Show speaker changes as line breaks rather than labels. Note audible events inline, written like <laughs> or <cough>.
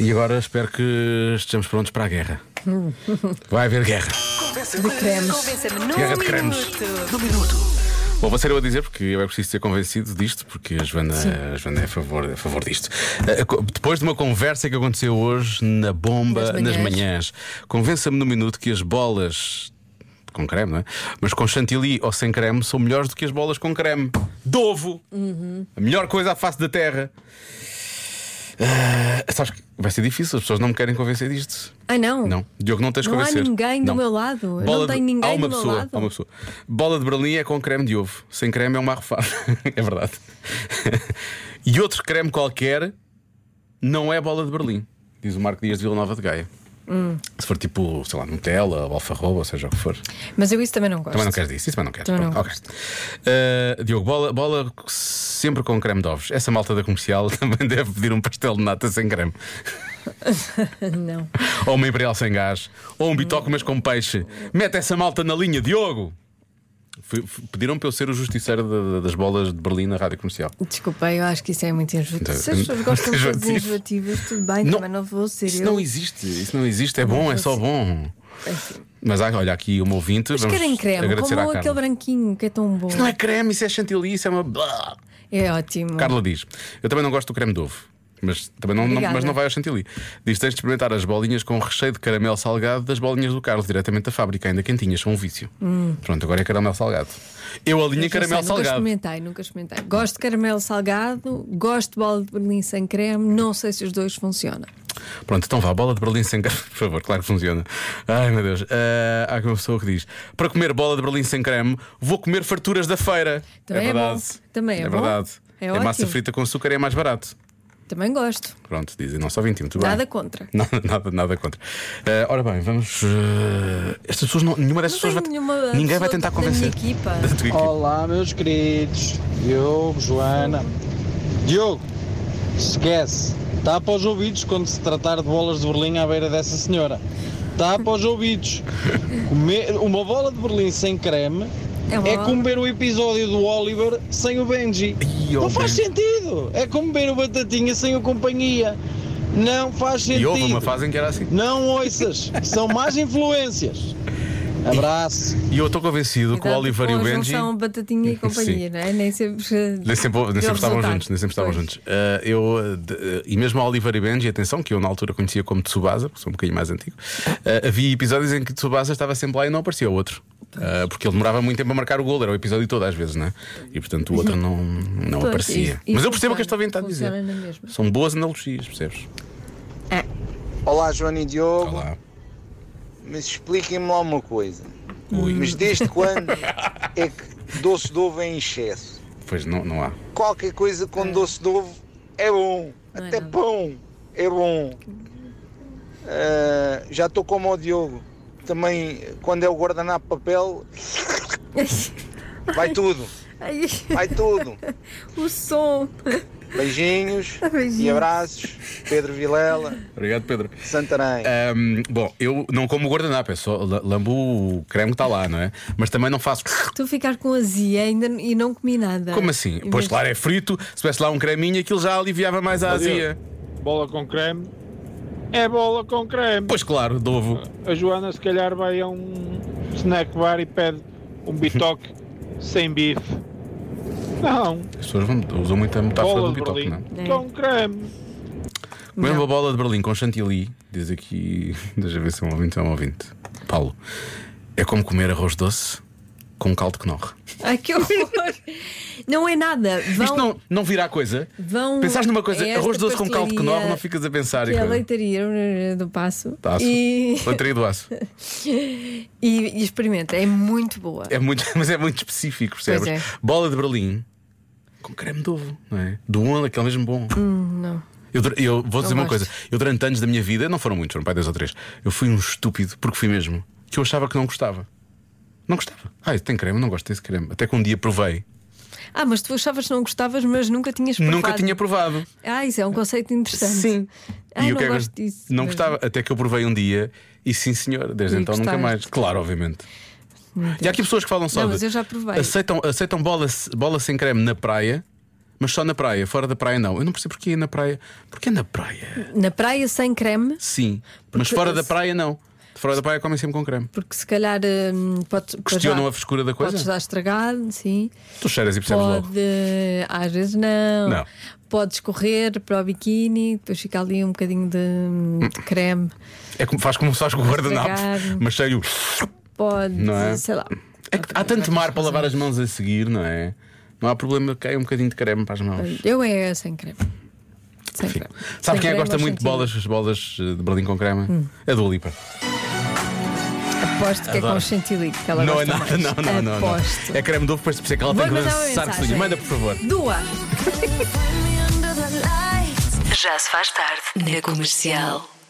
E agora espero que estejamos prontos para a guerra. Vai haver guerra.
De cremes.
Convença-me
Um
Guerra de
num
cremes.
minuto.
Bom, vou ser eu a dizer, porque eu é preciso ser convencido disto, porque a Joana, a Joana é, a favor, é a favor disto. Ah, co- Depois de uma conversa que aconteceu hoje na bomba,
Nas
nas
manhãs.
manhãs, convença-me no minuto que as bolas com creme, não é? Mas com chantilly ou sem creme são melhores do que as bolas com creme. Dovo!
Uhum.
A melhor coisa à face da terra. Ah, sabes que vai ser difícil, as pessoas não me querem convencer disto.
Ah, não?
Não, Diogo, não tens de
Não há
convencer.
ninguém do meu lado. Não tem
de-
ninguém
há uma
do meu
pessoa,
lado.
Há uma pessoa. Bola de Berlim é com creme de ovo. Sem creme é uma arrofada. <laughs> é verdade. e outro creme qualquer não é bola de Berlim, diz o Marco Dias de Vila Nova de Gaia.
Hum.
Se for tipo, sei lá, Nutella ou alfarroba, ou seja o que for.
Mas eu isso também não gosto.
Também não queres disso, isso também não queres.
Também não
Pronto, ok. Ah, Diogo, bola, bola sempre com creme de ovos. Essa malta da comercial <laughs> também deve pedir um pastel de nata sem creme.
<laughs> Não.
Ou uma imperial sem gás, ou um bitoque, mas com peixe. Mete essa malta na linha, Diogo! Fui- f- pediram para eu ser o justiceiro da- da- das bolas de Berlim na rádio comercial.
Desculpa, eu acho que isso é muito
Então,
enjoativo. Se as pessoas gostam de coisas
enjoativo.
enjoativas, tudo bem,
Não.
também não vou ser
Isso
eu.
não existe, isso não existe, é bom, é só bom.
Enfim.
Mas há- olha, aqui uma ouvinte.
Mas querem creme,
agradecer à
como
Carla.
aquele branquinho que é tão bom.
Isso não é creme, isso é chantilly, isso é uma. blá.
É ótimo.
Carla diz: Eu também não gosto do creme de ovo. Mas também não, não-
Obrigada.
mas não vai ao chantilly. Diz: tens de experimentar as bolinhas com recheio de caramelo salgado das bolinhas do Carlos, diretamente da fábrica, ainda quentinhas, são um vício. Pronto, agora é caramelo salgado. Eu alinho
Hum. Eu já
caramelo
sei, Nunca
salgado.
experimentei, nunca experimentei. Gosto de caramelo salgado, gosto de bola de berlim sem creme, não sei se os dois funcionam.
Pronto, então vá, bola de Berlim sem creme, <laughs> por favor, claro que funciona. Ai meu Deus, Ah, há aqui uma pessoa que diz: para comer bola de Berlim sem creme, vou comer farturas da feira.
Também
é
é bom.
verdade.
Também é bom.
verdade.
É
massa
ótimo.
frita com açúcar e é mais barato.
Também gosto.
Pronto, dizem, não só 20, muito bem.
Nada contra.
Nada, <laughs> nada, nada contra. Eh, ora bem, vamos. eh, estas pessoas não- nenhuma
Não
dessas pessoas
tenho
vai.
nenhuma
ninguém
pessoa
vai tentar
da minha
convencer.
equipa.
Da tua equipa.
Olá, meus queridos. Diogo, Joana. Diogo, esquece. Tapa os ouvidos quando se tratar de bolas de Berlim à beira dessa senhora. Tapa os ouvidos. Comer- uma bola de Berlim sem creme
É
é
bom.
como ver o episódio do Oliver sem o Benji.
Ih,
Não
oh,
faz
Benji.
sentido. É como ver o Batatinha sem o Companhia. Não faz sentido.
E houve uma fase em que era assim.
Não ouças. São más influências. Abraço.
E eu estou convencido que o
Cuidado
Oliver
com
e o
a
Benji.
junção batatinha
<laughs>
e companhia, não é? Nem sempre.
Nem sempre, nem sempre
deu
estavam
resultado.
juntos, nem sempre estavam
Pois.
juntos. Eh, eu, eh, de- eh, e mesmo a Oliver e Benji, atenção, que eu na altura conhecia como Tsubasa, porque sou um bocadinho mais antigo, eh, havia episódios em que Tsubasa estava sempre lá e não aparecia o outro. Eh, porque ele demorava muito tempo a marcar o gol, era o episódio todo às vezes, não é? E portanto o outro não, não
Pois,
aparecia.
e- e
Mas eu percebo o que
funciona,
este ouvinte está a dizer.
funciona na mesma.
São boas analogias, percebes?
Olá, Joana e Diogo.
Olá.
Mas expliquem-me lá uma coisa.
Ui.
Mas desde quando é que doce de ovo é em excesso?
Pois não, não há.
Qualquer coisa com doce de ovo é bom.
Não é
Até
nada.
pão é bom. Ah, já estou como o Diogo. Também, quando é o guardanapo de papel, vai tudo.
<laughs> Ai,
Vai tudo.
o som.
Beijinhos,
<laughs>
e
Beijinhos.
abraços. Pedro Vilela,
Obrigado, Pedro. Ah,
Santarém.
Ahm, bom, eu não como guardanapo, é só la- lambo o creme que está lá, não é? Mas também não faço.
Tu ficar com azia ainda n- e não comi nada.
Como assim?
Imagina.
Pois claro, é frito, se tivesse lá um creminho, aquilo já aliviava mais a azia.
Bola com creme. É bola com creme.
Pois claro, de ovo.
A Joana se calhar vai a um snack bar e pede um
<laughs>
bitoque sem bife. Não,
As pessoas vão- usam muito a metáfora
bola
do
de
bitoque, não é?
Berlim
é?
com creme.
Comer
Não.
uma bola de Berlim com chantilly, diz aqui, <laughs> deixa eu ver se é um ouvinte ou é um ouvinte. Paulo, é como comer arroz doce com caldo que norre.
Ai, que horror! não é nada. Vão,
Isto não, não virá coisa?
vão
Pensaste numa coisa,
a esta
arroz doce com caldo que norre,
pastelaria
não ficas a pensar
Que
em
é a
coisa. Tá,
leitaria uh, do Passo.
Aço.
E,
Leitaria do aço.
e, e experimenta, é muito boa.
É muito, <laughs> mas é muito específico, percebes?
Pois é.
Bola de Berlim com creme de ovo, não é? Do onde, aquele mesmo bom.
Não.
Eu, dur- eu vou dizer uma
gosto.
coisa. Eu, durante anos da minha vida, não foram muitos, foram para dois ou três. Eu fui um estúpido, porque fui mesmo, que eu achava que não gostava. Não gostava. Ah, isso tem creme, não gosto desse creme. Até que um dia provei.
Ah, mas tu achavas que não gostavas, mas nunca tinhas provado.
Nunca tinha provado.
Ah, isso é um conceito interessante.
Sim.
Ah, não
que é que-
gosto disso.
Não
mas-
gostava. Até que eu provei um dia e sim, senhor. Desde
E
então nunca
gostaste.
mais. Claro, obviamente. E há aqui pessoas que falam só
Não,
de-
mas eu já provei.
Aceitam, aceitam bola, bola sem creme na praia, mas só na praia, fora da praia não. Eu não percebo porque é na praia. Porque é na praia?
Na praia sem creme,
Sim, mas
Porque
fora
se-
da praia não. Fora da praia comem sempre com creme.
porque se calhar hum, pode, pode
Questionam
dar-
a frescura da
pode
coisa?
estar estragado, sim.
Tu cheiras e percebes
Pode,
logo.
às vezes não.
Não.
Pode escorrer para o biquíni, depois fica ali um bocadinho de, hum, de creme.
É como faz como se faz com o guardanapo,
Estragar.
mas cheio.
Pode,
Não é?
sei lá.
É que há tanto mar para lavar as mãos a seguir, não é? Não há problema que caia um bocadinho de creme para as mãos.
Eu é sem creme. Sem
Enfim.
creme.
Sabe
Sem
quem é
creme, Hum.
que gosta
mas
muito de
sem
bolas, bolas eh, de Berlim com creme? A Dua Lipa.
creme. Aposto que é
Adoro.
com chantilly que ela
Não é
gosta
nada,
mais.
não, não, não, não.
Aposto.
É creme de ovo, depois de perceber que ela tem que
Vou mandar uma
dançar que se liga.
mensagem.
Manda, por favor.
Duas.
Já se faz tarde na comercial.